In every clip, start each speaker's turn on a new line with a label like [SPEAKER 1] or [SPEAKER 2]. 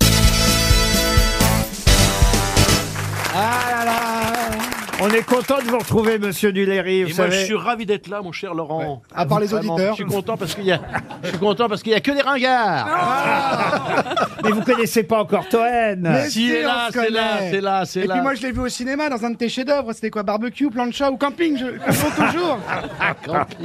[SPEAKER 1] Ah On est content de vous retrouver, monsieur Duléry. Vous
[SPEAKER 2] Et moi,
[SPEAKER 1] savez.
[SPEAKER 2] je suis ravi d'être là, mon cher Laurent.
[SPEAKER 3] À part les
[SPEAKER 2] Vraiment,
[SPEAKER 3] auditeurs.
[SPEAKER 2] Je suis content parce qu'il y a, je suis content parce qu'il y a que des ringards.
[SPEAKER 1] Mais vous connaissez pas encore Toen.
[SPEAKER 3] Mais
[SPEAKER 2] Si, il est
[SPEAKER 3] on
[SPEAKER 2] là,
[SPEAKER 3] se
[SPEAKER 2] c'est là,
[SPEAKER 3] connaît.
[SPEAKER 2] c'est là, c'est
[SPEAKER 3] Et
[SPEAKER 2] là.
[SPEAKER 3] puis moi, je l'ai vu au cinéma dans un de tes chefs-d'œuvre. C'était quoi Barbecue, plancha ou camping Je comprends toujours.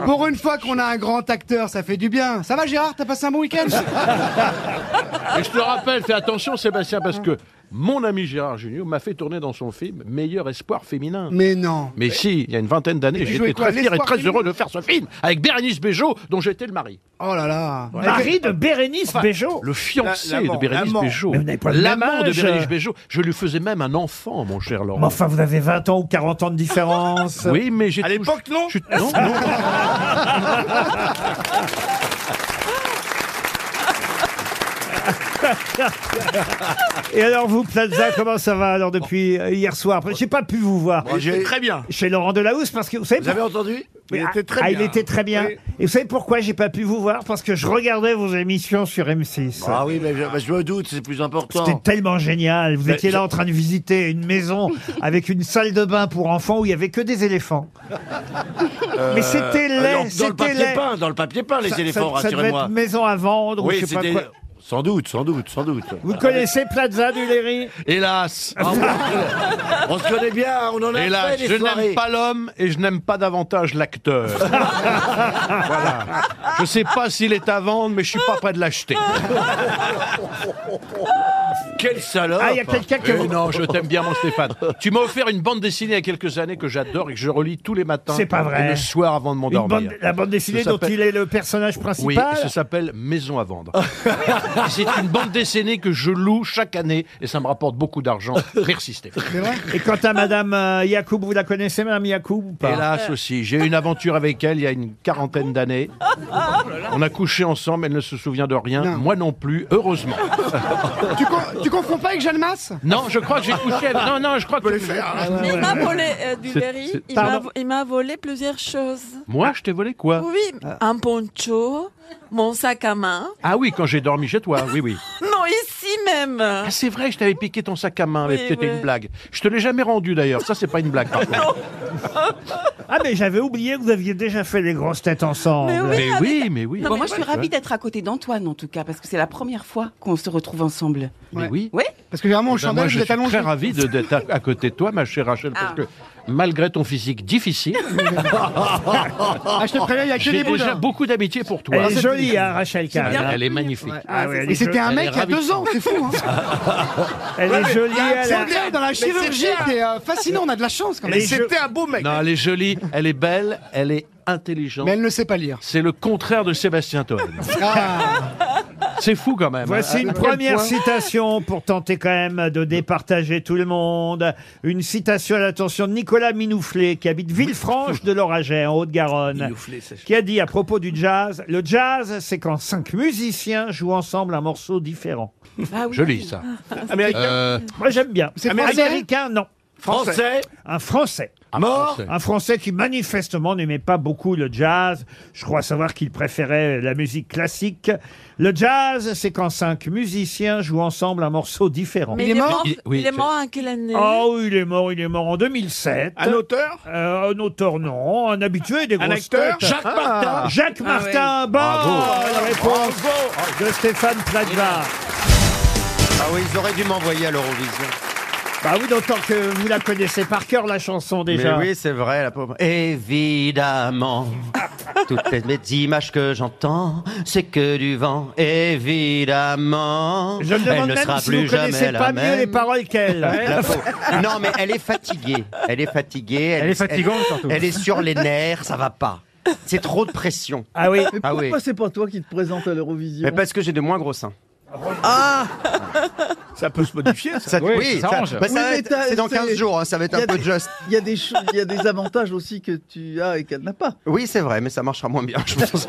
[SPEAKER 3] Pour une fois qu'on a un grand acteur, ça fait du bien. Ça va, Gérard T'as passé un bon week-end
[SPEAKER 2] Et je te rappelle, fais attention, Sébastien, parce que mon ami Gérard Junior m'a fait tourner dans son film Meilleur espoir féminin.
[SPEAKER 3] Mais non.
[SPEAKER 2] Mais si, il y a une vingtaine d'années,
[SPEAKER 3] tu jouais
[SPEAKER 2] j'étais très
[SPEAKER 3] quoi,
[SPEAKER 2] fier et
[SPEAKER 3] l'espoir
[SPEAKER 2] très
[SPEAKER 3] féminin
[SPEAKER 2] heureux de faire ce film avec Bérénice Bejo, dont j'étais le mari.
[SPEAKER 3] Oh là là.
[SPEAKER 1] Marie de Bérénice Béjot.
[SPEAKER 2] Le fiancé
[SPEAKER 4] La- l'amant,
[SPEAKER 2] de Bérénice
[SPEAKER 4] l'amant.
[SPEAKER 2] Bejo.
[SPEAKER 1] Mais vous n'avez pas le même
[SPEAKER 2] L'amant de
[SPEAKER 1] âge.
[SPEAKER 2] Bérénice Bejo. Je lui faisais même un enfant, mon cher
[SPEAKER 1] Mais
[SPEAKER 2] Laurent.
[SPEAKER 1] enfin, vous avez 20 ans ou 40 ans de différence.
[SPEAKER 2] Oui, mais j'ai
[SPEAKER 4] À
[SPEAKER 2] toujours-
[SPEAKER 4] l'époque, non
[SPEAKER 2] Je suis- non, non.
[SPEAKER 1] Et alors, vous, Plaza, comment ça va alors depuis euh, hier soir J'ai pas pu vous voir.
[SPEAKER 4] Moi, j'étais très bien.
[SPEAKER 1] Chez Laurent Delahousse, parce que vous savez.
[SPEAKER 4] Vous avez entendu Il
[SPEAKER 1] Ah,
[SPEAKER 4] était très
[SPEAKER 1] ah,
[SPEAKER 4] bien.
[SPEAKER 1] il était très bien.
[SPEAKER 4] Oui.
[SPEAKER 1] Et vous savez pourquoi j'ai pas pu vous voir Parce que je regardais vos émissions sur M6.
[SPEAKER 4] Ah oui, mais je, mais je me doute, c'est plus
[SPEAKER 1] C'était
[SPEAKER 4] important.
[SPEAKER 1] tellement génial. Vous
[SPEAKER 4] Mais
[SPEAKER 1] étiez là
[SPEAKER 4] je-
[SPEAKER 1] en train de visiter une maison avec une salle de bain pour enfants où il y avait que des éléphants. Mais c'était
[SPEAKER 4] Euh, dans-
[SPEAKER 1] laid,
[SPEAKER 4] dans, le
[SPEAKER 1] c'était
[SPEAKER 4] papier
[SPEAKER 1] laid.
[SPEAKER 4] peint, dans le papier peint, les
[SPEAKER 1] Ça-
[SPEAKER 4] éléphants,
[SPEAKER 1] ça, ça devait être
[SPEAKER 4] rassurez-moi.
[SPEAKER 1] maison à vendre ou
[SPEAKER 4] Oui,
[SPEAKER 1] je sais pas
[SPEAKER 4] c'était. Ah,
[SPEAKER 1] quoi.
[SPEAKER 4] Sans doute, sans doute, sans doute.
[SPEAKER 1] Vous connaissez Plaza du Léry
[SPEAKER 2] Hélas.
[SPEAKER 4] Ah, on- on se connaît bien, on en a
[SPEAKER 2] Et là,
[SPEAKER 4] fait des
[SPEAKER 2] je
[SPEAKER 4] soirées.
[SPEAKER 2] n'aime pas l'homme et je n'aime pas davantage l'acteur. voilà. Je sais pas s'il est à vendre, mais je suis pas prêt de l'acheter.
[SPEAKER 4] Quel salope
[SPEAKER 1] Ah, il y a quelqu'un qui
[SPEAKER 2] Eh non, je t'aime bien, mon Stéphane. Tu m'as offert une bande dessinée il y a quelques années que j'adore et que je relis tous les matins.
[SPEAKER 1] C'est pas vrai.
[SPEAKER 2] Et le soir avant de
[SPEAKER 1] Une
[SPEAKER 2] m'endormir.
[SPEAKER 1] bande- la bande dessinée
[SPEAKER 2] Ça
[SPEAKER 1] dont
[SPEAKER 2] s'appelle-
[SPEAKER 1] il est le personnage
[SPEAKER 2] Oui,
[SPEAKER 1] principal.
[SPEAKER 2] ça s'appelle Maison à vendre. Et c'est une bande dessinée que je loue chaque année et ça me rapporte beaucoup d'argent. Merci Stéphane.
[SPEAKER 3] C'est vrai
[SPEAKER 1] Et quant à Madame euh, Yacoub, vous la connaissez, Madame Yacoub ou pas
[SPEAKER 2] Hélas aussi, j'ai eu une aventure avec elle il y a une quarantaine d'années. On a couché ensemble, elle ne se souvient de rien,
[SPEAKER 3] Non.
[SPEAKER 2] moi non plus, heureusement.
[SPEAKER 3] tu, con- tu confonds pas avec Jeanne Masse
[SPEAKER 2] Non, je crois que j'ai couché avec... Non, non, je crois que...
[SPEAKER 3] hein.
[SPEAKER 5] Mais il m'a volé euh, du
[SPEAKER 2] C'est-
[SPEAKER 5] Berry.
[SPEAKER 2] c'est-
[SPEAKER 5] Il m'a
[SPEAKER 1] Pardon
[SPEAKER 5] vo- il m'a volé plusieurs choses.
[SPEAKER 2] Moi, je t'ai volé quoi
[SPEAKER 5] Oui, un poncho, mon sac à main.
[SPEAKER 2] Ah oui, quand j'ai dormi chez toi, oui, oui.
[SPEAKER 5] Non, ici même.
[SPEAKER 2] Ah, c'est vrai, je t'avais piqué ton sac à main, mais
[SPEAKER 5] Oui,
[SPEAKER 2] c'était
[SPEAKER 5] ouais.
[SPEAKER 2] une blague. Je te l'ai jamais rendu d'ailleurs, ça c'est pas une blague. par contre.
[SPEAKER 1] Ah, mais j'avais oublié que vous aviez déjà fait les grosses têtes ensemble.
[SPEAKER 5] Mais oui.
[SPEAKER 2] Mais oui, mais oui.
[SPEAKER 6] Bon, moi, je suis ravie d'être à côté d'Antoine, en tout cas, parce que c'est la première fois qu'on se retrouve ensemble.
[SPEAKER 2] Mais
[SPEAKER 3] Ouais.
[SPEAKER 2] oui.
[SPEAKER 6] Oui
[SPEAKER 3] Parce que généralement, au
[SPEAKER 2] Ben, moi,
[SPEAKER 3] chandelle,
[SPEAKER 2] je
[SPEAKER 3] vous êtes
[SPEAKER 2] suis
[SPEAKER 3] allongé.
[SPEAKER 2] très ravi de- d'être à, à côté de toi, ma chère Rachel, parce
[SPEAKER 6] Ah.
[SPEAKER 2] que malgré ton physique difficile,
[SPEAKER 3] Ah, je te préviens, il y a que
[SPEAKER 2] j'ai
[SPEAKER 3] des
[SPEAKER 2] déjà
[SPEAKER 3] boudins.
[SPEAKER 2] beaucoup d'amitié pour
[SPEAKER 4] Ah,
[SPEAKER 2] toi. Ah,
[SPEAKER 1] Elle est jolie, hein, Rachel Kahn. hein.
[SPEAKER 2] Elle est magnifique.
[SPEAKER 1] Ah oui, elle est
[SPEAKER 3] Et c'était un
[SPEAKER 2] Elle est
[SPEAKER 3] mec il y a
[SPEAKER 2] ravie de
[SPEAKER 3] deux ans, c'est fou. Hein.
[SPEAKER 1] Elle est jolie, elle a-
[SPEAKER 3] C'est dingue, dans la chirurgie, t'es euh, fascinant, on a de la chance quand même.
[SPEAKER 1] Mais je-
[SPEAKER 4] C'était un beau mec.
[SPEAKER 2] Non, elle est jolie, elle est belle, elle est intelligente.
[SPEAKER 3] Mais elle ne sait pas lire. Ah.
[SPEAKER 2] C'est le contraire de Sébastien Toen. C'est fou quand Ah, même. hein.
[SPEAKER 1] Voici une première citation pour tenter quand même de départager tout le monde. Une citation à l'attention de Nicolas Minouflet, qui habite Villefranche de l'Oraget, en Haute-Garonne, qui a dit à propos du jazz, le jazz, c'est quand cinq musiciens jouent ensemble un morceau différent.
[SPEAKER 6] Ah oui.
[SPEAKER 2] Joli ça. Euh,
[SPEAKER 1] Moi, j'aime bien.
[SPEAKER 3] C'est français
[SPEAKER 1] américain, non.
[SPEAKER 4] Français,
[SPEAKER 1] Un français.
[SPEAKER 4] mort,
[SPEAKER 2] Français.
[SPEAKER 1] Un Français qui manifestement n'aimait pas beaucoup le jazz. Je crois savoir qu'il préférait la musique classique. Le jazz, c'est quand cinq musiciens jouent ensemble un morceau différent.
[SPEAKER 5] Mais
[SPEAKER 3] Il est mort
[SPEAKER 2] Il- oui,
[SPEAKER 5] il est
[SPEAKER 2] je-
[SPEAKER 5] mort en quelle année
[SPEAKER 1] Oh, il est mort, il est mort en 2007.
[SPEAKER 4] un auteur,
[SPEAKER 1] Euh, un auteur, non. Un habitué des
[SPEAKER 4] un
[SPEAKER 1] grosses
[SPEAKER 4] acteur,
[SPEAKER 1] têtes. Ah.
[SPEAKER 4] Jacques Martin.
[SPEAKER 7] Ah
[SPEAKER 1] Jacques Martin, bonne réponse de Stéphane Plaza.
[SPEAKER 7] Ah oui, ils auraient dû m'envoyer à l'Eurovision.
[SPEAKER 1] Bah oui, d'autant que vous la connaissez par cœur, la chanson, déjà.
[SPEAKER 7] Mais oui, c'est vrai, la pauvre. Évidemment, toutes les mes images que j'entends, c'est que du vent. Évidemment,
[SPEAKER 1] Je me
[SPEAKER 7] elle
[SPEAKER 1] demande
[SPEAKER 7] ne
[SPEAKER 1] même
[SPEAKER 7] sera
[SPEAKER 1] si
[SPEAKER 7] plus
[SPEAKER 1] vous connaissez
[SPEAKER 7] jamais
[SPEAKER 1] pas
[SPEAKER 7] la
[SPEAKER 1] mieux les
[SPEAKER 7] même.
[SPEAKER 1] paroles qu'elle.
[SPEAKER 7] La pauvre. non, mais elle est fatiguée. Elle est fatiguée. Elle, est fatigante surtout. Elle est sur les nerfs, ça va pas. C'est trop de pression.
[SPEAKER 1] ah oui. bah,
[SPEAKER 7] Ah oui.
[SPEAKER 8] Pourquoi c'est pas toi qui te présente à l'Eurovision
[SPEAKER 7] Mais parce que j'ai de moins gros seins.
[SPEAKER 4] Ça peut se modifier, ça.
[SPEAKER 7] Ça, oui, ça- bah, ça
[SPEAKER 8] Oui,
[SPEAKER 7] va
[SPEAKER 8] mais
[SPEAKER 7] être-
[SPEAKER 8] t'as-
[SPEAKER 7] c'est dans
[SPEAKER 8] c'est-
[SPEAKER 7] 15 jours, hein, ça va être
[SPEAKER 8] y
[SPEAKER 7] un
[SPEAKER 8] a
[SPEAKER 7] peu
[SPEAKER 8] des-
[SPEAKER 7] juste.
[SPEAKER 8] Il y, a des cho- il y a des avantages aussi que tu as et qu'elle n'a pas.
[SPEAKER 7] Oui, c'est vrai, mais ça marchera moins bien, je pense.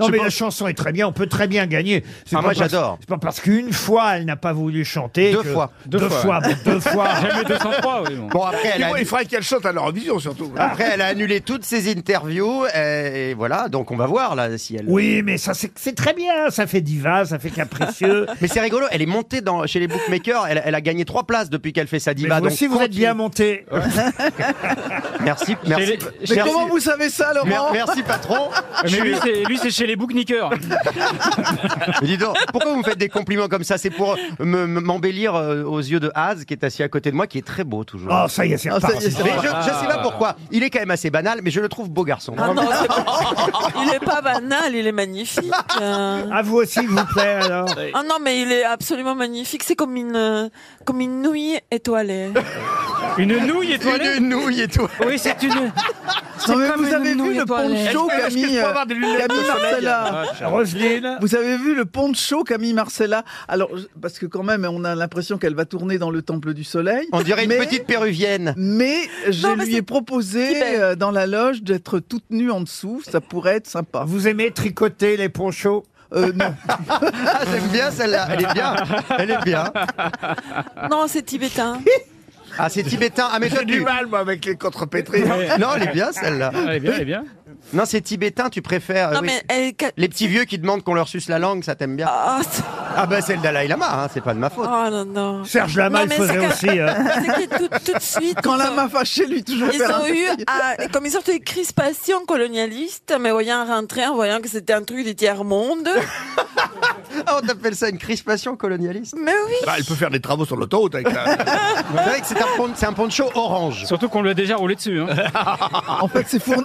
[SPEAKER 1] Non, mais la chanson est très bien, on peut très bien gagner. C'est
[SPEAKER 7] Ah,
[SPEAKER 1] pas
[SPEAKER 7] moi,
[SPEAKER 1] parce-
[SPEAKER 7] j'adore.
[SPEAKER 1] C'est pas parce qu'une fois, elle n'a pas voulu chanter.
[SPEAKER 7] Deux
[SPEAKER 1] que-
[SPEAKER 7] fois.
[SPEAKER 1] Deux, fois. bon, deux fois.
[SPEAKER 7] Bon, après, elle
[SPEAKER 4] Puis
[SPEAKER 7] a
[SPEAKER 4] moi, il faudrait qu'elle chante à l'Eurovision, surtout.
[SPEAKER 7] Après, elle a annulé toutes ses interviews et, et voilà, donc on va voir là si elle.
[SPEAKER 1] Oui, mais ça, c'est c'est très bien. Ça fait diva, ça fait capricieux.
[SPEAKER 7] Mais c'est rigolo, elle est montée dans, chez les bookmakers. Elle, elle a gagné trois places depuis qu'elle fait sa diva.
[SPEAKER 1] Mais vous
[SPEAKER 7] donc
[SPEAKER 1] aussi, vous êtes
[SPEAKER 7] tranquille.
[SPEAKER 1] bien monté.
[SPEAKER 7] Merci, merci.
[SPEAKER 8] Mais
[SPEAKER 7] merci-
[SPEAKER 8] comment vous savez ça, Laurent
[SPEAKER 7] mer- merci patron. Je suis-
[SPEAKER 9] lui, c'est chez les bookniqueurs.
[SPEAKER 7] Mais dis donc, pourquoi vous me faites des compliments comme ça C'est pour euh, me- me- m'embellir euh, aux yeux de Haz qui est assis à côté de moi, qui est très beau toujours.
[SPEAKER 1] Oh, ça y est, c'est
[SPEAKER 8] Ah, ça y est,
[SPEAKER 1] reparti.
[SPEAKER 8] c'est
[SPEAKER 7] Mais je, je sais pas pourquoi. Il est quand même assez banal, mais je le trouve beau garçon.
[SPEAKER 5] Ah non, c'est pas- il est pas banal, il est magnifique. Euh,
[SPEAKER 1] À vous aussi, il vous plaît, alors.
[SPEAKER 5] Ah non, mais il est absolument magnifique. C'est comme une, euh, comme une nouille étoilée.
[SPEAKER 9] Une nouille
[SPEAKER 7] Une nouille et tout.
[SPEAKER 9] Oui, c'est une.
[SPEAKER 8] Non, mais
[SPEAKER 9] comme
[SPEAKER 8] vous
[SPEAKER 9] une
[SPEAKER 8] avez vu
[SPEAKER 9] nouille
[SPEAKER 8] le
[SPEAKER 9] étoilée.
[SPEAKER 8] poncho
[SPEAKER 4] Est-ce que je
[SPEAKER 8] Camille,
[SPEAKER 4] peux avoir des lunettes de
[SPEAKER 8] euh, Camille
[SPEAKER 4] soleil
[SPEAKER 8] Marcella
[SPEAKER 1] Roselyne
[SPEAKER 8] Vous avez vu le poncho Camille Marcella Alors, je- parce que quand même, on a l'impression qu'elle va tourner dans le temple du soleil.
[SPEAKER 7] On dirait une
[SPEAKER 8] Mais-
[SPEAKER 7] petite péruvienne.
[SPEAKER 8] Mais je
[SPEAKER 5] Non, mais
[SPEAKER 8] lui
[SPEAKER 5] c'est
[SPEAKER 8] ai proposé
[SPEAKER 5] belle.
[SPEAKER 8] euh, dans la loge d'être toute nue en dessous. Ça pourrait être sympa.
[SPEAKER 1] Vous aimez tricoter les ponchos
[SPEAKER 8] Euh, non.
[SPEAKER 7] Ah, j'aime bien celle-là. Elle est bien. Elle est bien.
[SPEAKER 5] Non, c'est tibétain.
[SPEAKER 7] Ah, c'est tibétain. Ah, mais toi,
[SPEAKER 4] J'ai du
[SPEAKER 7] tu...
[SPEAKER 4] mal, moi, avec les contrepétries.
[SPEAKER 7] Non, elle est bien celle-là.
[SPEAKER 9] Elle est bien, elle est bien.
[SPEAKER 7] Non, c'est tibétain, tu préfères.
[SPEAKER 5] Non,
[SPEAKER 7] Ah, oui.
[SPEAKER 5] mais elle est ca-
[SPEAKER 7] Les petits vieux qui demandent qu'on leur suce la langue, ça t'aime bien.
[SPEAKER 5] Ah, c'est-
[SPEAKER 7] Ah, bah, c'est le Dalai Lama, hein, c'est pas de ma faute.
[SPEAKER 5] oh, non, non.
[SPEAKER 1] Serge Lama
[SPEAKER 5] Non,
[SPEAKER 1] le
[SPEAKER 5] mais
[SPEAKER 1] faisait
[SPEAKER 5] c'est
[SPEAKER 1] aussi. hein.
[SPEAKER 5] C'est qu'il y a tout, tout de suite.
[SPEAKER 8] Quand la
[SPEAKER 5] euh,
[SPEAKER 8] main fâchée lui toujours
[SPEAKER 5] Ils
[SPEAKER 8] faire un
[SPEAKER 5] ont eu,
[SPEAKER 8] signe.
[SPEAKER 5] à- comme une sorte de crispation colonialiste, mais voyant rentrer, en voyant que c'était un truc du tiers-monde.
[SPEAKER 7] Ah, on appelle ça une crispation colonialiste.
[SPEAKER 5] Mais oui,
[SPEAKER 4] Bah, elle peut faire des travaux sur l'autoroute avec la...
[SPEAKER 7] C'est vrai que c'est un, pon- c'est un poncho orange.
[SPEAKER 9] Surtout qu'on lui a déjà roulé dessus. hein.
[SPEAKER 8] En fait, c'est fourni,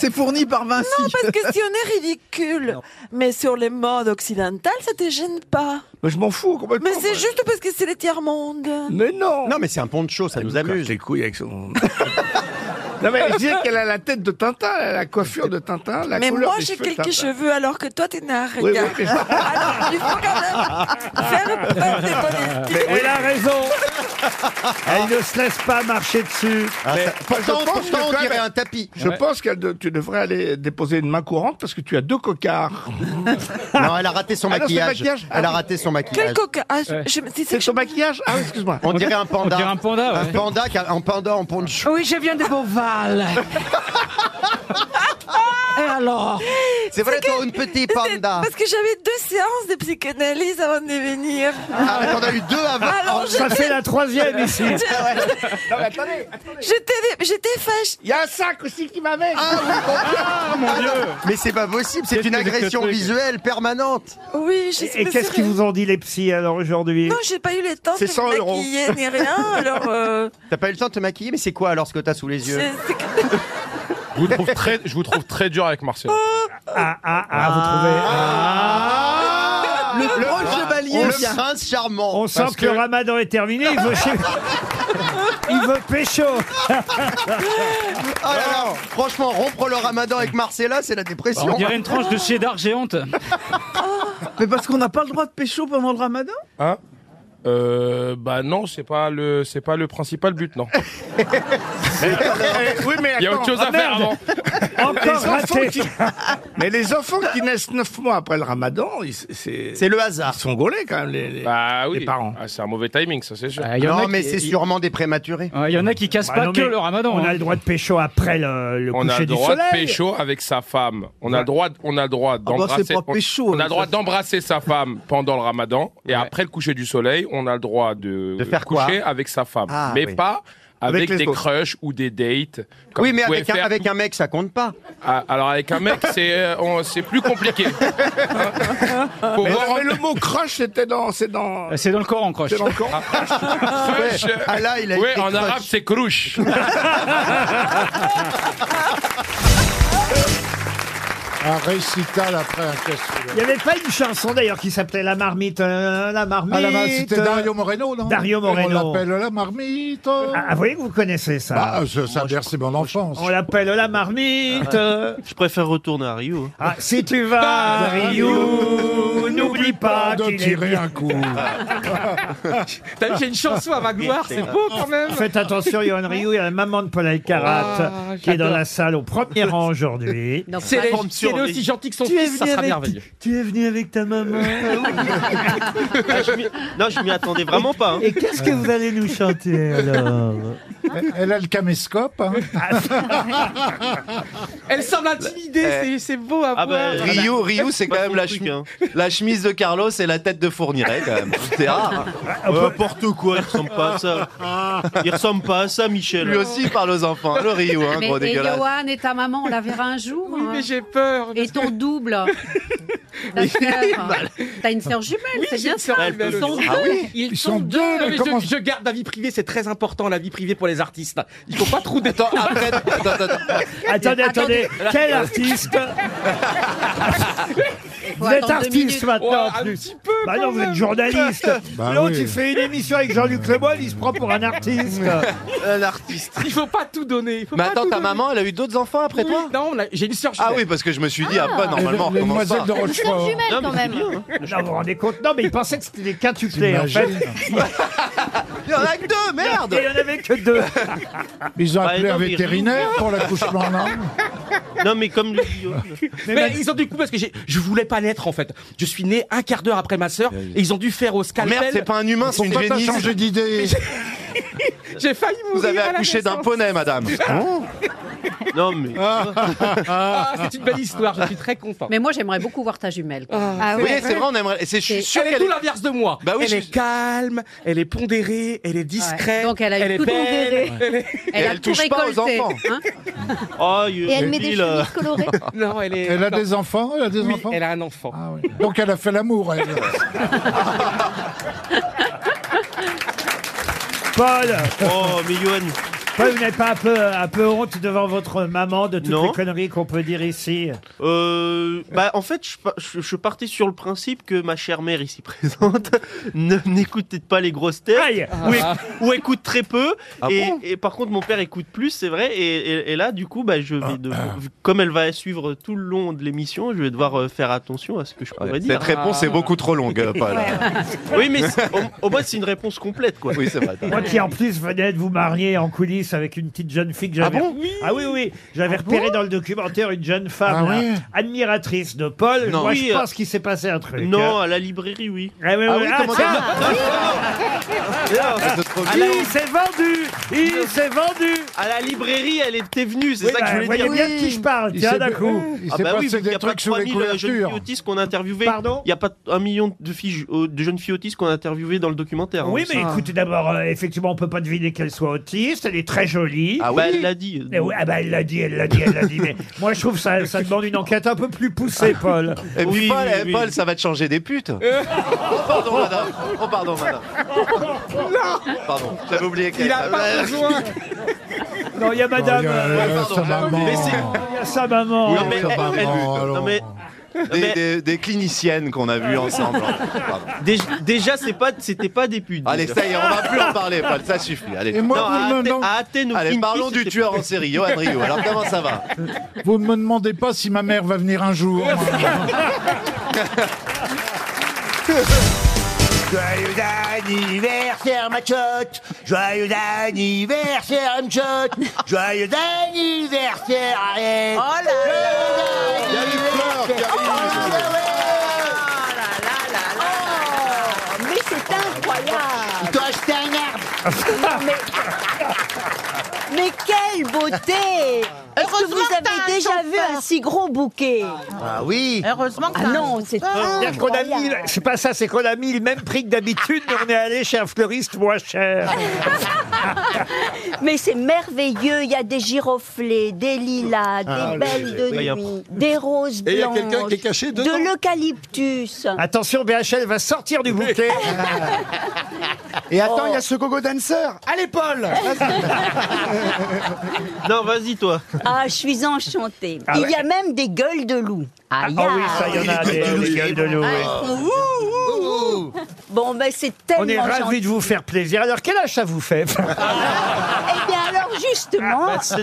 [SPEAKER 8] c'est fourni par Vinci.
[SPEAKER 5] parce que si on est ridicule, mais sur les modes occidentales, ça te gêne pas.
[SPEAKER 4] Mais je m'en fous complètement.
[SPEAKER 5] Mais c'est juste parce que c'est les tiers-monde.
[SPEAKER 4] Mais non
[SPEAKER 7] Non, mais c'est un poncho, ça nous amuse.
[SPEAKER 4] les couilles avec son... non mais je disais qu'elle a la tête de Tintin, elle a la coiffure de Tintin, la
[SPEAKER 5] Mais
[SPEAKER 4] couleur
[SPEAKER 5] moi,
[SPEAKER 4] des
[SPEAKER 5] j'ai
[SPEAKER 4] cheveux de
[SPEAKER 5] quelques
[SPEAKER 4] Tintin.
[SPEAKER 5] cheveux alors que toi, t'es n'as rien.
[SPEAKER 4] Oui, oui, mais-
[SPEAKER 5] Alors, il faut quand même faire preuve d'honnêteté.
[SPEAKER 1] Elle a raison. Elle ne se laisse pas marcher dessus.
[SPEAKER 7] Ah, ça- Pourtant,
[SPEAKER 4] je pense
[SPEAKER 7] pourtant,
[SPEAKER 4] que
[SPEAKER 7] on
[SPEAKER 4] quand
[SPEAKER 7] dirait
[SPEAKER 4] même-
[SPEAKER 7] un tapis.
[SPEAKER 4] Je pense que tu devrais aller déposer une main courante parce que tu as deux cocards.
[SPEAKER 7] Non, elle a raté son
[SPEAKER 4] Ah non, c'est le
[SPEAKER 7] maquillage.
[SPEAKER 4] maquillage.
[SPEAKER 7] Elle a raté son maquillage.
[SPEAKER 5] Quel coca... Ah, je- je- c'est ça
[SPEAKER 4] C'est
[SPEAKER 5] que
[SPEAKER 4] son
[SPEAKER 5] je-
[SPEAKER 4] maquillage Ah, excuse-moi.
[SPEAKER 7] On dirait un
[SPEAKER 9] On
[SPEAKER 7] panda.
[SPEAKER 9] dirait un panda,
[SPEAKER 7] Un
[SPEAKER 9] ouais.
[SPEAKER 7] panda qui a- un panda en poncho.
[SPEAKER 9] Oui, je viens de Beauval. Et alors
[SPEAKER 7] C'est vrai, toi, une petite
[SPEAKER 5] c'est-
[SPEAKER 7] panda.
[SPEAKER 5] Parce que j'avais deux séances de psychanalyse avant de venir.
[SPEAKER 7] Ah, mais t'en as eu deux avant.
[SPEAKER 5] Alors,
[SPEAKER 1] Ça fait la troisième ici.
[SPEAKER 4] Non, mais attendez,
[SPEAKER 5] J'étais j'étais fâchée.
[SPEAKER 4] il y a un sac aussi qui m'avait.
[SPEAKER 7] Ah, oui, bon.
[SPEAKER 9] Mon Dieu
[SPEAKER 7] Mais c'est pas possible, c'est
[SPEAKER 9] Qu'est-ce
[SPEAKER 7] une
[SPEAKER 9] que c'est que ce
[SPEAKER 7] agression
[SPEAKER 9] truc
[SPEAKER 7] visuelle permanente.
[SPEAKER 5] Oui, je
[SPEAKER 1] Et qu'est-ce qu'ils vous ont dit les psys alors aujourd'hui
[SPEAKER 5] Non, j'ai pas eu le temps de
[SPEAKER 4] C'est 100
[SPEAKER 5] me
[SPEAKER 4] euros.
[SPEAKER 5] maquiller ni rien. Alors, euh,
[SPEAKER 7] T'as pas eu le temps de te maquiller, mais c'est quoi alors ce que t'as sous les yeux
[SPEAKER 5] c'est- c'est que-
[SPEAKER 2] Je vous trouve très, je vous trouve très dur avec Marcel.
[SPEAKER 1] Ah, ah, ah,
[SPEAKER 8] Ah
[SPEAKER 1] vous trouvez
[SPEAKER 8] Le proche chevalier.
[SPEAKER 7] Le prince charmant.
[SPEAKER 1] On sent
[SPEAKER 2] parce
[SPEAKER 1] que, le
[SPEAKER 2] que-
[SPEAKER 1] ramadan est terminé, il veut, chez- il veut pécho.
[SPEAKER 7] Ah là là, franchement, rompre le ramadan avec Marcella, c'est la dépression.
[SPEAKER 9] On dirait une tranche de cheddar géante.
[SPEAKER 8] Mais parce qu'on n'a pas le droit de pécho pendant le ramadan
[SPEAKER 10] Euh, bah non, c'est pas le, c'est pas le principal but, non.
[SPEAKER 4] Eh, oui, mais
[SPEAKER 10] Il y a autre
[SPEAKER 4] attends.
[SPEAKER 10] chose à faire avant.
[SPEAKER 1] Encore
[SPEAKER 4] Les enfants,
[SPEAKER 1] raté.
[SPEAKER 4] qui... mais les enfants qui naissent 9 mois après le ramadan, ils, c'est...
[SPEAKER 7] C'est le hasard.
[SPEAKER 4] ils sont gaulés quand même. Les, les-
[SPEAKER 10] Bah oui.
[SPEAKER 4] Les parents.
[SPEAKER 10] Ah, c'est un mauvais timing, ça c'est sûr.
[SPEAKER 9] Ah, il y en a
[SPEAKER 7] Non,
[SPEAKER 9] qui-
[SPEAKER 7] mais c'est sûrement des prématurés.
[SPEAKER 9] Ah, Il y en a qui cassent
[SPEAKER 1] Bah
[SPEAKER 9] pas
[SPEAKER 1] non,
[SPEAKER 9] que
[SPEAKER 1] mais
[SPEAKER 9] le ramadan.
[SPEAKER 1] On a
[SPEAKER 9] hein.
[SPEAKER 1] le droit de pécho après le, le
[SPEAKER 10] On a
[SPEAKER 1] coucher
[SPEAKER 10] le
[SPEAKER 1] du
[SPEAKER 10] droit de
[SPEAKER 1] soleil.
[SPEAKER 10] pécho avec sa femme. On a le droit, on a le droit
[SPEAKER 8] bah,
[SPEAKER 10] d'embrasser.
[SPEAKER 8] c'est pas
[SPEAKER 10] on-
[SPEAKER 8] pécho,
[SPEAKER 10] on a
[SPEAKER 8] hein,
[SPEAKER 10] le droit
[SPEAKER 8] ça.
[SPEAKER 10] d'embrasser sa femme pendant le Ramadan et après le coucher du soleil, on a le droit de,
[SPEAKER 7] De faire quoi
[SPEAKER 10] coucher avec sa femme,
[SPEAKER 7] Ah,
[SPEAKER 10] mais
[SPEAKER 7] oui.
[SPEAKER 10] pas. Avec,
[SPEAKER 4] Avec les
[SPEAKER 10] des
[SPEAKER 4] autres.
[SPEAKER 10] crushs ou des dates. comme
[SPEAKER 7] Oui, mais
[SPEAKER 10] vous pouvez
[SPEAKER 7] avec un,
[SPEAKER 10] faire
[SPEAKER 7] avec un mec, ça compte pas.
[SPEAKER 10] Ah, Alors avec un mec, c'est euh, on- c'est plus compliqué. Faut
[SPEAKER 4] Mais,
[SPEAKER 10] voir
[SPEAKER 4] mais le mot crush, c'était dans, Ah, c'est dans,
[SPEAKER 9] C'est dans le Coran, croche.
[SPEAKER 4] c'est dans le camp.
[SPEAKER 10] un
[SPEAKER 7] Ouais.
[SPEAKER 10] crush.
[SPEAKER 7] Ah là, il a
[SPEAKER 10] Ouais,
[SPEAKER 7] été
[SPEAKER 10] en
[SPEAKER 7] crush.
[SPEAKER 10] arabe, c'est crush.
[SPEAKER 2] Un récital après un casse
[SPEAKER 1] Il n'y avait pas une chanson d'ailleurs qui s'appelait La marmite. euh, la
[SPEAKER 4] Ah,
[SPEAKER 1] marmite.
[SPEAKER 3] Ah,
[SPEAKER 1] euh,
[SPEAKER 2] Moreno, non
[SPEAKER 1] Dario Moreno. On l'appelle
[SPEAKER 2] la marmite.
[SPEAKER 1] Ah, vous voyez que vous connaissez ça.
[SPEAKER 4] ah,
[SPEAKER 3] Bah.
[SPEAKER 2] ça berce mon enfance.
[SPEAKER 1] On l'appelle la marmite.
[SPEAKER 7] Je préfère retourner à Rio.
[SPEAKER 1] Ah, si tu vas à Rio, n'oublie pas
[SPEAKER 2] de
[SPEAKER 1] qu'il est
[SPEAKER 2] tirer un coup.
[SPEAKER 9] T'as vu, j'ai une chanson à ma gloire, c'est beau quand même.
[SPEAKER 1] Faites attention, Yohan Ryu, il y a la maman de Paul Alcarat
[SPEAKER 9] Ah,
[SPEAKER 1] qui est dans
[SPEAKER 9] j'adore.
[SPEAKER 1] la salle au premier rang aujourd'hui.
[SPEAKER 9] C'est aussi gentil que son
[SPEAKER 1] Tu es
[SPEAKER 9] fils,
[SPEAKER 1] venu
[SPEAKER 9] ça sera
[SPEAKER 1] avec-
[SPEAKER 9] merveilleux.
[SPEAKER 1] Tu es venu avec ta maman.
[SPEAKER 7] Non, je m'y attendais vraiment pas.
[SPEAKER 1] Et qu'est-ce que vous allez nous chanter alors
[SPEAKER 2] Elle a le caméscope. hein.
[SPEAKER 9] Elle semble intimidée, c'est beau à voir.
[SPEAKER 7] Rio, Rio, c'est quand même la chemise, la chemise
[SPEAKER 5] fils de Carlos et la tête de Fourniret, quand même. C'est rare.
[SPEAKER 11] on peut-
[SPEAKER 5] Euh, N'importe quoi, il ressemble pas à ça. Il ressemble pas à ça, Michel. Lui aussi, il parle aux enfants. Le Rio, hein,
[SPEAKER 12] Mais-
[SPEAKER 5] gros
[SPEAKER 12] et
[SPEAKER 5] dégueulasse.
[SPEAKER 12] Johan et ta maman, on la verra un jour. Oui,
[SPEAKER 7] mais j'ai peur.
[SPEAKER 12] Et ton double. Ta sœur. T'as une sœur jumelle, c'est bien ça.
[SPEAKER 7] Ils sont deux. Ils sont deux. Non, mais je, je garde la vie privée, c'est très important la vie privée pour les artistes. Il faut pas trop d'état.
[SPEAKER 1] Attendez, attendez, quel artiste Vous êtes artiste maintenant en plus. bah non, vous êtes journaliste.
[SPEAKER 11] Bah
[SPEAKER 1] L'autre,
[SPEAKER 11] oui.
[SPEAKER 1] il fait une émission avec Jean-Luc Lemoyne, il se prend pour un artiste.
[SPEAKER 5] L'artiste.
[SPEAKER 7] Il faut pas tout donner. il faut
[SPEAKER 5] Mais
[SPEAKER 7] pas
[SPEAKER 5] attends,
[SPEAKER 7] tout
[SPEAKER 5] ta
[SPEAKER 7] donner.
[SPEAKER 5] maman, elle a eu d'autres enfants après toi
[SPEAKER 7] Non, on a- j'ai une sœur
[SPEAKER 5] Ah bah,
[SPEAKER 7] jumelle.
[SPEAKER 5] oui, parce que je me suis dit, après,
[SPEAKER 7] Ah.
[SPEAKER 5] normalement, on
[SPEAKER 7] Les- les
[SPEAKER 5] commence
[SPEAKER 7] demoiselles
[SPEAKER 5] pas.
[SPEAKER 7] de Rochefort. Une sœur jumelle,
[SPEAKER 5] Non, mais
[SPEAKER 1] quand
[SPEAKER 5] c'est
[SPEAKER 1] même.
[SPEAKER 5] bien.
[SPEAKER 1] Non, vous vous rendez compte Non, mais il pensait que c'était des quintuplés en fait.
[SPEAKER 5] Il y en a que deux, merde
[SPEAKER 1] Et il y en avait que deux.
[SPEAKER 2] Ils ont
[SPEAKER 11] Bah,
[SPEAKER 2] appelé
[SPEAKER 11] non,
[SPEAKER 2] un
[SPEAKER 11] mais
[SPEAKER 2] vétérinaire
[SPEAKER 11] Rio.
[SPEAKER 2] pour l'accouchement, non
[SPEAKER 11] Non, mais comme le Guillaume.
[SPEAKER 7] Mais, ils ont dû coup parce que j'ai- je voulais pas naître en fait. Je suis né un quart d'heure après ma sœur et ils ont dû faire au scalpel.
[SPEAKER 12] Oh,
[SPEAKER 5] Merde, c'est pas un humain, c'est une
[SPEAKER 7] Pourquoi t'as
[SPEAKER 5] génisse.
[SPEAKER 7] changé
[SPEAKER 2] d'idée
[SPEAKER 7] J'ai failli
[SPEAKER 5] Vous avez
[SPEAKER 7] mourir à la
[SPEAKER 5] accouché d'un
[SPEAKER 7] naissance.
[SPEAKER 5] poney, madame. Non, mais.
[SPEAKER 7] Ah, c'est une belle histoire, je suis très content.
[SPEAKER 12] Mais moi, j'aimerais beaucoup voir ta jumelle.
[SPEAKER 5] oui, c'est vrai, on aimerait. Ah et c'est- Je suis sûr
[SPEAKER 7] elle est
[SPEAKER 5] qu'elle
[SPEAKER 7] tout l'inverse de moi.
[SPEAKER 5] Bah oui,
[SPEAKER 7] elle
[SPEAKER 5] je-
[SPEAKER 7] est calme, elle est pondérée, elle est discrète.
[SPEAKER 12] Donc, elle a eu
[SPEAKER 7] est
[SPEAKER 12] tout
[SPEAKER 7] belle.
[SPEAKER 12] pondéré. Elle a tout récolté, hein.
[SPEAKER 11] Oh,
[SPEAKER 12] Et elle met des chemises colorées.
[SPEAKER 7] Non, elle est.
[SPEAKER 2] Elle a
[SPEAKER 7] non.
[SPEAKER 2] des enfants Elle a des
[SPEAKER 7] Oui,
[SPEAKER 2] enfants Ah
[SPEAKER 7] elle a un enfant.
[SPEAKER 2] Donc elle a fait l'amour, elle.
[SPEAKER 1] Paul
[SPEAKER 11] Oh, mais Yoann.
[SPEAKER 1] Paul, vous n'avez pas un peu, un peu honte devant votre maman de toutes
[SPEAKER 11] Non.
[SPEAKER 1] les conneries qu'on peut dire ici
[SPEAKER 11] Euh, bah, en fait, je, pa- je- je partais sur le principe que ma chère mère ici présente ne- n'écoute peut-être pas les grosses têtes Ah. ou, éc-
[SPEAKER 1] Ah.
[SPEAKER 11] ou écoute très peu.
[SPEAKER 5] Ah
[SPEAKER 11] et,
[SPEAKER 5] bon
[SPEAKER 11] et par contre, mon père écoute plus, c'est vrai. Et, et- et là, du coup, bah, je vais de- comme elle va suivre tout le long de l'émission, je vais devoir euh, faire attention à ce que je pourrais dire.
[SPEAKER 5] Cette réponse est beaucoup trop longue, euh, Paul.
[SPEAKER 11] oui, mais c'est- au, au moins, c'est une réponse complète, quoi.
[SPEAKER 5] Oui, c'est vrai.
[SPEAKER 1] Moi qui en plus venais de vous marier en coulisses avec une petite jeune fille que j'avais. Ah, oui, oui, oui. J'avais repéré dans le documentaire une jeune femme
[SPEAKER 11] Ah
[SPEAKER 1] là,
[SPEAKER 11] ouais.
[SPEAKER 1] admiratrice de Paul.
[SPEAKER 11] Non.
[SPEAKER 1] Moi,
[SPEAKER 11] Oui,
[SPEAKER 1] je
[SPEAKER 11] euh,
[SPEAKER 1] pense qu'il s'est passé un truc.
[SPEAKER 11] Non,
[SPEAKER 1] hein.
[SPEAKER 11] à la librairie, oui.
[SPEAKER 1] Ah, oui,
[SPEAKER 11] Ah
[SPEAKER 1] oui.
[SPEAKER 11] oui,
[SPEAKER 1] Ah,
[SPEAKER 11] comment
[SPEAKER 1] tiens.
[SPEAKER 11] ça Ah,
[SPEAKER 1] Ah, là, il s'est vendu Il s'est vendu
[SPEAKER 11] À la librairie, elle était venue, c'est
[SPEAKER 1] Oui,
[SPEAKER 11] ça que
[SPEAKER 1] bah,
[SPEAKER 11] je voulais
[SPEAKER 1] voyez
[SPEAKER 11] dire.
[SPEAKER 1] bien de qui je parle, Il Ah, tiens, s'est- d'un coup.
[SPEAKER 2] il
[SPEAKER 11] Ah
[SPEAKER 2] s'est
[SPEAKER 11] bah oui,
[SPEAKER 2] passé
[SPEAKER 11] vu qu'il
[SPEAKER 2] des
[SPEAKER 11] y a pas
[SPEAKER 2] trucs sur les
[SPEAKER 11] 3000
[SPEAKER 7] euh,
[SPEAKER 11] jeunes filles
[SPEAKER 2] couvertures.
[SPEAKER 11] autistes qu'on a interviewées.
[SPEAKER 1] Pardon
[SPEAKER 11] Il n'y a pas un million de filles, euh, de jeunes filles autistes qu'on a interviewées dans le documentaire.
[SPEAKER 1] Oui,
[SPEAKER 11] hein,
[SPEAKER 1] mais
[SPEAKER 11] ça.
[SPEAKER 1] écoutez, d'abord, euh, effectivement, on peut pas deviner qu'elle soit autiste. Elle est très jolie.
[SPEAKER 11] Ah oui Bah, elle l'a dit.
[SPEAKER 1] Eh oui, ah bah, elle l'a dit, elle l'a dit, elle l'a dit. Mais moi, je trouve ça, ça demande une enquête un peu plus poussée, Paul.
[SPEAKER 5] Et puis, Paul, eh, Paul, ça va te changer des putes. Oh, pardon, madame. Oh, pardon, madame. Pardon, j'avais oublié qu'elle.
[SPEAKER 1] Il a pas besoin. Non, il y a madame.
[SPEAKER 5] il y a-
[SPEAKER 1] euh,
[SPEAKER 5] il y a
[SPEAKER 1] pardon,
[SPEAKER 5] sa
[SPEAKER 1] j'avais
[SPEAKER 5] maman.
[SPEAKER 1] oublié. Il y a sa maman.
[SPEAKER 5] Oui,
[SPEAKER 11] Oh,
[SPEAKER 5] mais
[SPEAKER 11] eh,
[SPEAKER 5] elle- elle- non, mais-
[SPEAKER 11] Des,
[SPEAKER 5] des- des cliniciennes qu'on a vues ensemble. Pardon.
[SPEAKER 11] Déjà, déjà, c'est pas, c'était pas des putes.
[SPEAKER 5] Allez, ça y est, on va plus en parler, Paul, ça suffit. Allez,
[SPEAKER 11] Et moi,
[SPEAKER 5] Non,
[SPEAKER 11] vous
[SPEAKER 5] à
[SPEAKER 11] me-
[SPEAKER 5] Athé-
[SPEAKER 11] non.
[SPEAKER 5] à Athènes, au
[SPEAKER 11] Allez,
[SPEAKER 5] Kinky,
[SPEAKER 11] parlons
[SPEAKER 5] c'était
[SPEAKER 11] du
[SPEAKER 5] plus-
[SPEAKER 11] tueur en série, Johan Rioux. Alors, comment ça va
[SPEAKER 2] Vous ne me demandez pas si ma mère va venir un jour.
[SPEAKER 13] Joyeux anniversaire, ma tchotte Joyeux anniversaire, ma tchotte Joyeux anniversaire, Ariel Oh là là Il y a les fleurs qui
[SPEAKER 14] Oh, mais c'est incroyable
[SPEAKER 13] Toi, j'étais un arbre
[SPEAKER 14] Non, mais... mais quelle beauté Est-ce que vous avez déjà vu un si gros bouquet
[SPEAKER 1] Ah oui.
[SPEAKER 14] Heureusement que Ah non, c'est
[SPEAKER 1] C'est-à-dire qu'on a mis,
[SPEAKER 14] incroyable.
[SPEAKER 1] c'est pas ça, c'est qu'on a mis le même prix que d'habitude, mais on est allé chez un fleuriste moins cher.
[SPEAKER 14] Mais c'est merveilleux, il y a des giroflées, des lilas, des
[SPEAKER 1] Ah,
[SPEAKER 14] belles
[SPEAKER 1] oui,
[SPEAKER 14] de
[SPEAKER 1] oui.
[SPEAKER 14] nuit, des roses
[SPEAKER 1] Et il y a
[SPEAKER 14] blanches,
[SPEAKER 1] quelqu'un qui est caché dedans.
[SPEAKER 14] de l'eucalyptus.
[SPEAKER 1] Attention, BHL va sortir du bouquet.
[SPEAKER 15] Et attends, il y a ce gogo dancer.
[SPEAKER 2] Ah,
[SPEAKER 15] Allez, Paul
[SPEAKER 11] Non, vas-y, toi.
[SPEAKER 14] Ah, je suis enchantée.
[SPEAKER 11] Ah
[SPEAKER 14] Il y a
[SPEAKER 11] ouais.
[SPEAKER 14] même des gueules de loup. Aïe,
[SPEAKER 1] Ah oui, ça, il y en a
[SPEAKER 14] aïe.
[SPEAKER 1] des des gueules de loup.
[SPEAKER 14] Ah,
[SPEAKER 1] oui.
[SPEAKER 14] ouh, ouh, ouh, ouh. Bon, ben c'est tellement
[SPEAKER 1] On est
[SPEAKER 14] gentil.
[SPEAKER 1] ravis de vous faire plaisir. Alors, quel âge ça vous fait
[SPEAKER 14] Eh
[SPEAKER 7] Ah.
[SPEAKER 14] bien alors, justement,
[SPEAKER 1] Ah, bah, c'est-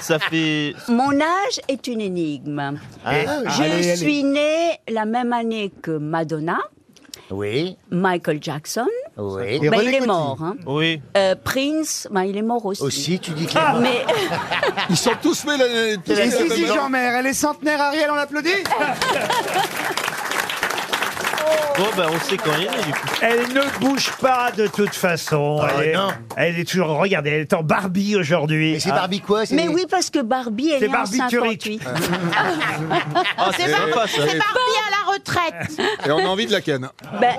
[SPEAKER 11] Ça fait.
[SPEAKER 7] bah,
[SPEAKER 14] mon âge est une énigme.
[SPEAKER 11] Ah,
[SPEAKER 14] je
[SPEAKER 11] allez, allez.
[SPEAKER 14] suis née la même année que Madonna,
[SPEAKER 13] Oui,
[SPEAKER 14] Michael Jackson.
[SPEAKER 13] oui.
[SPEAKER 14] Ben, il est mort. hein.
[SPEAKER 11] Oui.
[SPEAKER 14] Euh, Prince, ben, il est mort aussi.
[SPEAKER 13] Aussi, tu dis qu'il est
[SPEAKER 14] Ah,
[SPEAKER 13] mort.
[SPEAKER 14] Mais
[SPEAKER 13] Ils sont tous faits
[SPEAKER 15] Et si, si, Jean-Mère, elle est centenaire, Ariel, on l'applaudit
[SPEAKER 11] Bon, bah, on sait quand il est né, du coup.
[SPEAKER 1] Elle ne bouge pas de toute façon.
[SPEAKER 11] Ah,
[SPEAKER 1] elle, est,
[SPEAKER 11] non.
[SPEAKER 1] elle est toujours. Regardez, elle est en Barbie aujourd'hui. Ah,
[SPEAKER 13] c'est Barbie quoi
[SPEAKER 14] Mais oui, parce que Barbie est née
[SPEAKER 1] C'est
[SPEAKER 14] en
[SPEAKER 1] Barbie Turic.
[SPEAKER 14] 58.
[SPEAKER 1] Ah, c'est sympa, ça.
[SPEAKER 16] C'est Barbie à la
[SPEAKER 17] retraite.
[SPEAKER 13] Et on a envie de la canne.
[SPEAKER 17] Ben,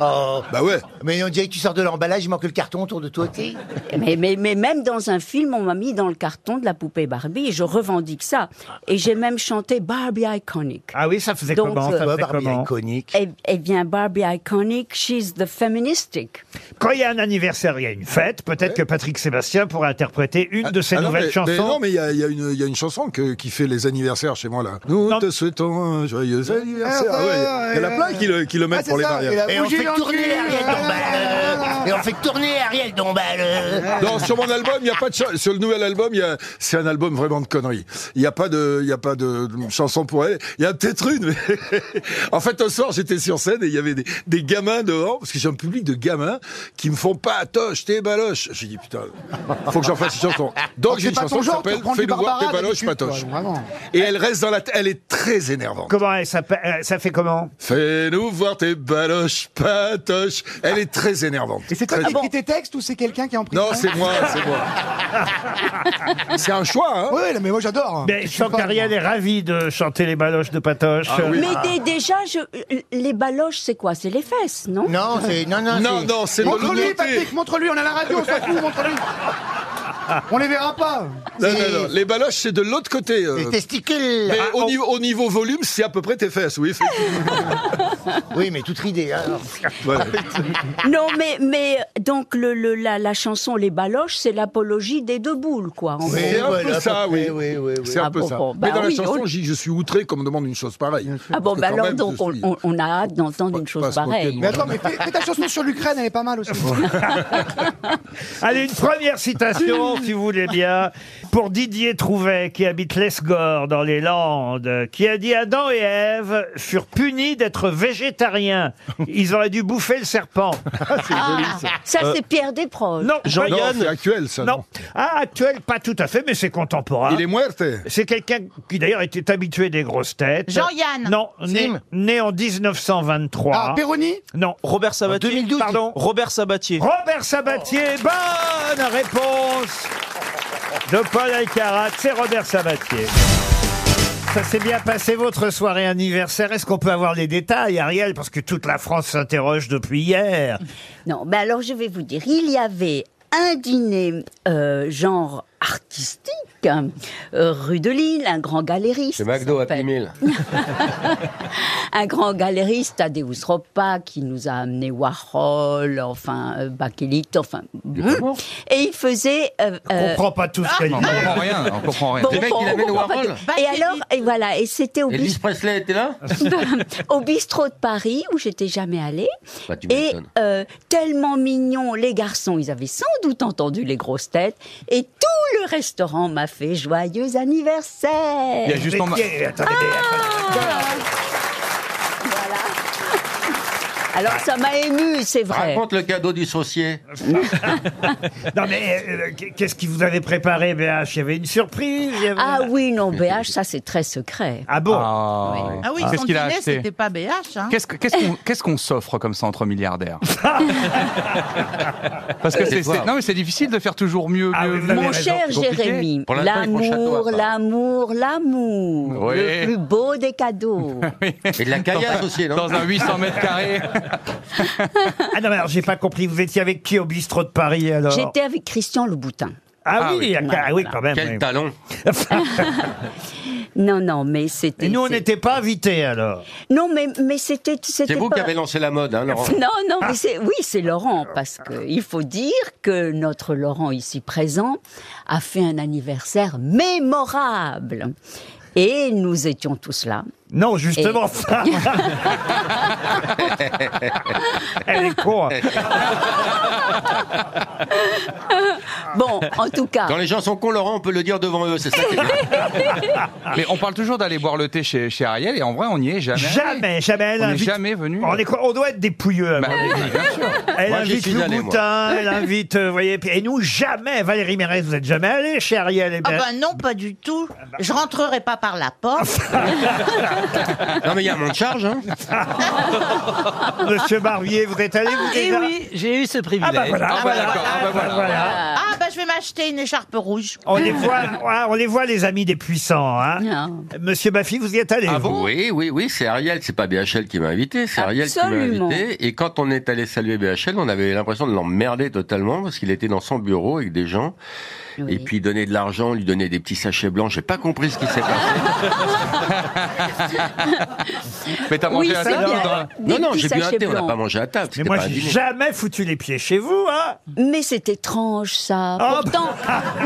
[SPEAKER 18] Oh.
[SPEAKER 13] Bah ouais.
[SPEAKER 18] Mais on dirait que tu sors de l'emballage, il manque le carton autour de toi. tu sais.
[SPEAKER 14] Mais, mais, mais même dans un film, on m'a mis dans le carton de la poupée Barbie et je revendique ça. Et j'ai même chanté Barbie Iconic.
[SPEAKER 1] Ah oui, ça faisait
[SPEAKER 14] Donc,
[SPEAKER 1] comment
[SPEAKER 14] euh,
[SPEAKER 1] ça faisait
[SPEAKER 14] Barbie
[SPEAKER 1] comment
[SPEAKER 14] Eh, eh bien, Barbie Iconic, she's the feministic.
[SPEAKER 1] Quand il y a un anniversaire, il y a une fête. Peut-être que Patrick Sébastien pourra interpréter une de ses
[SPEAKER 13] Ah non,
[SPEAKER 1] nouvelles
[SPEAKER 13] mais-
[SPEAKER 1] chansons.
[SPEAKER 13] mais non, mais il y a, il y a une- il y a une chanson que- qui fait les anniversaires chez moi, là. Nous te souhaitons un joyeux anniversaire.
[SPEAKER 18] Ah, ça,
[SPEAKER 8] bah,
[SPEAKER 13] Ah ouais, Il y en a
[SPEAKER 18] euh,
[SPEAKER 13] plein qui le, qui le mettent pour les mariages.
[SPEAKER 18] Et on fait tourner Ariel Dombal. Et on fait tourner Ariel Dombal.
[SPEAKER 13] Non, sur mon album, il y a pas de cha- sur le nouvel album, il y a- c'est un album vraiment de conneries. Il n'y a pas de, il y a pas de de chanson pour elle. Il y a peut-être une. mais- en fait, un soir, j'étais sur scène et il y avait des, des gamins dehors parce que j'ai un public de gamins qui me font pas toche tes baloches. J'ai dit putain, faut que j'en fasse une chanson. Donc
[SPEAKER 3] Oh, C'est
[SPEAKER 13] j'ai une
[SPEAKER 3] pas
[SPEAKER 13] chanson
[SPEAKER 3] ton
[SPEAKER 13] qui
[SPEAKER 3] genre,
[SPEAKER 13] s'appelle
[SPEAKER 3] tu reprends du
[SPEAKER 13] Fais-nous voir tes
[SPEAKER 3] Barbara
[SPEAKER 13] baloches,
[SPEAKER 3] d'habitude,
[SPEAKER 13] patoche.
[SPEAKER 3] toi, vraiment.
[SPEAKER 13] Et elle reste dans la, tête. elle est très énervante.
[SPEAKER 1] Comment elle s'appelle euh, Ça fait comment
[SPEAKER 13] Fais-nous voir tes baloches, patoche. Elle est très énervante.
[SPEAKER 3] Et c'est toi
[SPEAKER 13] Très-
[SPEAKER 3] qui écris tes textes ou c'est quelqu'un qui est en prison
[SPEAKER 13] Non, c'est moi, c'est moi. C'est un choix, hein
[SPEAKER 3] Oui, mais moi j'adore.
[SPEAKER 1] Mais je sens qu'Ariel est ravie de chanter les baloches de Patoche.
[SPEAKER 13] Ah
[SPEAKER 14] Mais dé- déjà, je- les baloches, c'est quoi C'est les fesses, non
[SPEAKER 18] Non, c'est non, non,
[SPEAKER 13] Non, c'est- non, c'est de
[SPEAKER 3] Montre-lui,
[SPEAKER 13] l'autre
[SPEAKER 3] Oh, Patrick, montre-lui, on a la radio, on s'en fout, montre-lui. On les verra pas.
[SPEAKER 13] Non, non, non. Les baloches, c'est de l'autre côté. euh.
[SPEAKER 3] Les testicules.
[SPEAKER 13] Mais
[SPEAKER 3] Ah,
[SPEAKER 13] au,
[SPEAKER 3] on-
[SPEAKER 13] niveau, au niveau volume, c'est à peu près tes fesses, oui.
[SPEAKER 18] oui, mais toute ridée. Alors.
[SPEAKER 14] Non, mais, mais donc le, le- la, la chanson Les Baloches, c'est l'apologie des deux boules, quoi. en
[SPEAKER 13] C'est
[SPEAKER 14] gros.
[SPEAKER 13] un peu ça, oui. C'est un
[SPEAKER 14] Ah
[SPEAKER 13] peu
[SPEAKER 14] bon,
[SPEAKER 13] ça.
[SPEAKER 14] bon,
[SPEAKER 13] Mais
[SPEAKER 14] bah
[SPEAKER 13] dans
[SPEAKER 14] oui,
[SPEAKER 13] la chanson,
[SPEAKER 14] on-
[SPEAKER 13] je dis, je suis outré qu'on me demande une chose pareille.
[SPEAKER 14] Ah bon,
[SPEAKER 13] Parce que
[SPEAKER 14] bah
[SPEAKER 13] quand
[SPEAKER 14] alors
[SPEAKER 13] même,
[SPEAKER 14] donc
[SPEAKER 13] je
[SPEAKER 14] on,
[SPEAKER 13] suis-
[SPEAKER 14] on- on a hâte d'entendre une chose
[SPEAKER 13] se moquer de
[SPEAKER 14] pareille.
[SPEAKER 13] moi.
[SPEAKER 3] Mais attends, mais fais, fais ta chanson sur l'Ukraine, elle est pas mal aussi.
[SPEAKER 1] Allez, une première
[SPEAKER 13] Ah
[SPEAKER 1] citation, si vous voulez bien, pour Didier Trouvet, qui habite l'Esgore, dans les Landes, qui a dit Adam et Ève furent punis d'être végétariens. Ils auraient dû bouffer le serpent.
[SPEAKER 14] Ah, Ça,
[SPEAKER 1] Euh,
[SPEAKER 14] c'est Pierre Desproges.
[SPEAKER 1] Non,
[SPEAKER 13] Jean-
[SPEAKER 1] pas-
[SPEAKER 13] non, c'est actuel, ça, non
[SPEAKER 1] Ah, actuel, pas tout à fait, mais c'est contemporain.
[SPEAKER 13] Il est muerte.
[SPEAKER 1] C'est quelqu'un qui d'ailleurs était habitué des grosses têtes.
[SPEAKER 17] Jean-Yann.
[SPEAKER 1] Non, né,
[SPEAKER 17] Sim.
[SPEAKER 1] né en 1923.
[SPEAKER 17] Ah, Péroni
[SPEAKER 1] Non.
[SPEAKER 9] Robert Sabatier.
[SPEAKER 1] 2012. Pardon.
[SPEAKER 9] Robert Sabatier.
[SPEAKER 1] Robert Sabatier, bonne réponse de Paul Alcarat, c'est Robert Sabatier. Ça s'est bien passé votre soirée anniversaire. Est-ce qu'on peut avoir les détails, Ariel Parce que toute la France s'interroge depuis hier.
[SPEAKER 14] Non, mais alors je vais vous dire, il y avait un dîner euh, genre artistique, hein, euh, rue de Lille, un grand galériste.
[SPEAKER 10] C'est McDo à Pimille.
[SPEAKER 14] un grand galériste, Tadeusz Ropa, qui nous a amené Warhol, enfin euh, Bakelit, enfin. bon. Et il faisait. euh,
[SPEAKER 1] On
[SPEAKER 14] euh,
[SPEAKER 1] comprend pas tout ce qu'elle dit.
[SPEAKER 14] On comprend
[SPEAKER 12] rien, on comprend rien.
[SPEAKER 14] bon,
[SPEAKER 12] Les mecs,
[SPEAKER 14] bon,
[SPEAKER 12] il avait
[SPEAKER 14] on
[SPEAKER 12] le
[SPEAKER 14] comprend pas
[SPEAKER 12] Warhol.
[SPEAKER 14] tout. Et alors, et voilà, et c'était au,
[SPEAKER 12] Elvis
[SPEAKER 14] bis-
[SPEAKER 12] Presley était là
[SPEAKER 14] au bistrot de Paris où j'étais jamais allée.
[SPEAKER 12] Bah, tu
[SPEAKER 14] et
[SPEAKER 12] m'étonnes.
[SPEAKER 14] euh, tellement mignon, les garçons, ils avaient sans doute entendu les grosses têtes. Et tout le restaurant m'a fait joyeux anniversaire.
[SPEAKER 12] Il y a juste en-
[SPEAKER 1] Mais qui est- attendez,
[SPEAKER 14] Alors ça m'a ému, c'est vrai.
[SPEAKER 12] Raconte le cadeau du saucier.
[SPEAKER 1] Non mais euh, qu'est-ce qui vous avait préparé, Ben, BH Il y avait une surprise. il y avait-
[SPEAKER 14] Ah oui, non, BH, ça c'est très secret.
[SPEAKER 1] Ah bon
[SPEAKER 14] Ah
[SPEAKER 17] oui,
[SPEAKER 12] Qu'est-ce
[SPEAKER 17] son
[SPEAKER 12] qu'il a
[SPEAKER 17] dîner,
[SPEAKER 12] acheté
[SPEAKER 17] c'était pas BH. Hein.
[SPEAKER 12] Qu'est-ce que- qu'est-ce qu'on qu'est-ce qu'on s'offre comme ça entre milliardaires Parce que c'est c'est- non mais c'est difficile de faire toujours mieux.
[SPEAKER 1] Ah
[SPEAKER 12] mieux, mieux.
[SPEAKER 14] Mon cher
[SPEAKER 12] Compliqué.
[SPEAKER 14] Jérémy,
[SPEAKER 12] Pour l'instant, ils font château à
[SPEAKER 14] l'amour,
[SPEAKER 12] part.
[SPEAKER 14] l'amour, l'amour,
[SPEAKER 12] Oui.
[SPEAKER 14] le plus beau des cadeaux.
[SPEAKER 12] Et de la caillasse aussi, non Dans un 800 mètres carrés.
[SPEAKER 1] Ah non mais alors j'ai pas compris. Vous étiez avec qui au bistrot de Paris alors
[SPEAKER 14] J'étais avec Christian Louboutin.
[SPEAKER 1] Ah, oui, ah, ah oui, quand même.
[SPEAKER 12] Quel
[SPEAKER 1] oui.
[SPEAKER 12] talent
[SPEAKER 14] Non, non, mais c'était.
[SPEAKER 1] Et nous on
[SPEAKER 14] c'est-
[SPEAKER 1] n'était pas invités alors.
[SPEAKER 14] Non, mais, mais c'était.
[SPEAKER 12] C'est
[SPEAKER 14] c'était
[SPEAKER 12] vous
[SPEAKER 14] pas-
[SPEAKER 12] qui avez lancé la mode, hein, Laurent
[SPEAKER 14] Non, non, mais c'est oui, c'est Laurent parce que il faut dire que notre Laurent ici présent a fait un anniversaire mémorable et nous étions tous là.
[SPEAKER 1] Non, justement. Elle est con. hein.
[SPEAKER 14] Bon, en tout
[SPEAKER 19] Ah.
[SPEAKER 14] cas.
[SPEAKER 12] Quand les gens sont cons, Laurent, on peut le dire devant eux, c'est ça qui est bien. Mais on parle toujours d'aller boire le thé chez, chez Ariel et en vrai, on n'y est jamais.
[SPEAKER 1] Jamais, jamais. Elle
[SPEAKER 12] On n'est
[SPEAKER 1] invite-
[SPEAKER 12] jamais venu.
[SPEAKER 1] On, est quoi- on doit être des pouilleux. à mon avis. Elle
[SPEAKER 12] Moi, j'y
[SPEAKER 1] invite
[SPEAKER 12] suis allé, moi.
[SPEAKER 1] Louboutin, elle invite, euh, vous voyez, et nous jamais, Valérie Mérez, vous êtes jamais allée chez Ariel et
[SPEAKER 17] Ah
[SPEAKER 1] Ber-
[SPEAKER 17] bah non, pas du tout. Je rentrerai pas par la porte.
[SPEAKER 12] Non, mais il y a un monde de charge. Hein.
[SPEAKER 1] Monsieur Barbier, vous êtes allé vous
[SPEAKER 20] Eh
[SPEAKER 1] déjà
[SPEAKER 20] oui, j'ai eu ce privilège.
[SPEAKER 1] Ah bah voilà,
[SPEAKER 20] Ah bah
[SPEAKER 1] voilà,
[SPEAKER 20] d'accord,
[SPEAKER 1] ah bah voilà.
[SPEAKER 17] Ah bah
[SPEAKER 20] je vais m'acheter une écharpe rouge.
[SPEAKER 1] On les voit, ah, on les voit les amis des puissants. Hein. Monsieur Baffy, vous y êtes allé
[SPEAKER 19] Ah
[SPEAKER 1] vous
[SPEAKER 19] bon Oui, oui, oui, c'est Ariel, c'est pas BHL qui m'a invité, c'est Ariel qui m'a
[SPEAKER 1] Absolument.
[SPEAKER 19] invité. Et quand on est allé saluer BHL, on avait l'impression de l'emmerder totalement parce qu'il était dans son bureau avec des gens. Et puis il donnait de l'argent, lui donnait des petits sachets blancs. J'ai pas compris ce qui s'est passé.
[SPEAKER 12] Mais t'as mangé à table ou dans-
[SPEAKER 19] Non, non, j'ai bu un thé, on n'a pas mangé à table.
[SPEAKER 1] Mais
[SPEAKER 19] c'était
[SPEAKER 1] moi,
[SPEAKER 19] pas un
[SPEAKER 1] j'ai
[SPEAKER 19] dîner.
[SPEAKER 1] jamais foutu les pieds chez vous, hein
[SPEAKER 14] Mais c'est étrange ça.
[SPEAKER 1] Oh,
[SPEAKER 14] Pourtant,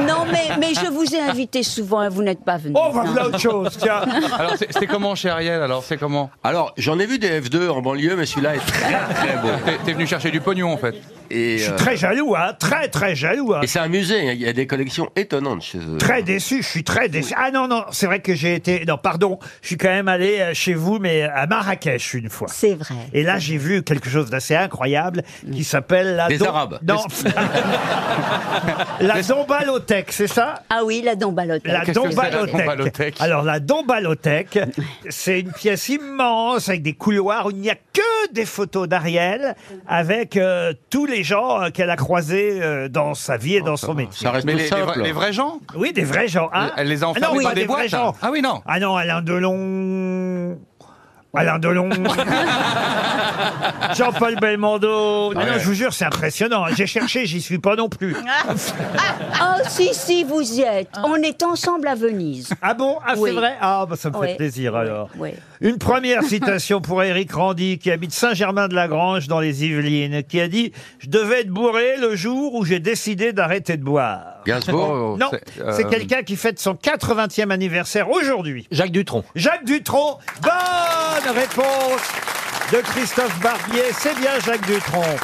[SPEAKER 14] non mais, mais je vous ai invité souvent et vous n'êtes pas venu.
[SPEAKER 1] Oh, va autre chose, tiens.
[SPEAKER 19] Alors, c'est- c'est comment chez Ariel Alors, c'est comment Alors, j'en ai vu des F2 en banlieue, mais celui-là est très très beau. T'es venu chercher du pognon en fait. Et, euh,
[SPEAKER 1] Je suis très jaloux, hein, très très jaloux. hein.
[SPEAKER 19] Et c'est un musée, il y a des collections étonnantes chez eux.
[SPEAKER 1] Très déçu, je suis très déçu. Ah non, non, c'est vrai que j'ai été... Non, pardon, je suis quand même allé euh, chez vous, mais à Marrakech une fois.
[SPEAKER 14] C'est vrai.
[SPEAKER 1] Et là, j'ai vu quelque chose d'assez incroyable qui s'appelle la...
[SPEAKER 19] Des
[SPEAKER 1] dom-
[SPEAKER 19] Arabes.
[SPEAKER 1] Non, la Dombalothèque, c'est ça
[SPEAKER 14] Ah oui, la dombalothèque.
[SPEAKER 1] La dombalothèque. Alors la dombalothèque, c'est une pièce immense avec des couloirs où il n'y a que des photos d'Ariel avec euh, tous les gens euh, qu'elle a croisés euh, dans sa vie et dans son métier.
[SPEAKER 19] ça reste Mais les- les simple. vrais- les vrais
[SPEAKER 1] gens Oui, des vrais gens. hein.
[SPEAKER 19] Elle les a
[SPEAKER 1] Ah non,
[SPEAKER 19] enfermés
[SPEAKER 1] pas
[SPEAKER 19] dans des
[SPEAKER 1] vrais
[SPEAKER 19] boîtes,
[SPEAKER 1] gens.
[SPEAKER 19] hein. Ah oui, non.
[SPEAKER 1] Ah non, Alain Delon. Alain Delon. Jean-Paul Belmondo. Ah non, je vous jure, c'est impressionnant. hein. J'ai cherché, j'y suis pas non plus.
[SPEAKER 14] Oh si, si, vous y êtes. On est ensemble à Venise.
[SPEAKER 1] Ah bon Ah,
[SPEAKER 14] Oui.
[SPEAKER 1] c'est vrai Ah, bah, ça me
[SPEAKER 14] Ouais.
[SPEAKER 1] fait plaisir alors.
[SPEAKER 14] Ouais.
[SPEAKER 1] Une première citation pour Éric Randy, qui habite Saint-Germain-de-la-Grange dans les Yvelines, qui a dit Je devais être bourré le jour où j'ai décidé d'arrêter de boire. Oh,
[SPEAKER 12] Gainsbourg,
[SPEAKER 1] Non,
[SPEAKER 12] c'est, euh,
[SPEAKER 1] c'est quelqu'un qui fête son 80e anniversaire aujourd'hui. Jacques Dutronc. Jacques Dutronc, bonne réponse de Christophe Barbier. C'est bien Jacques Dutronc.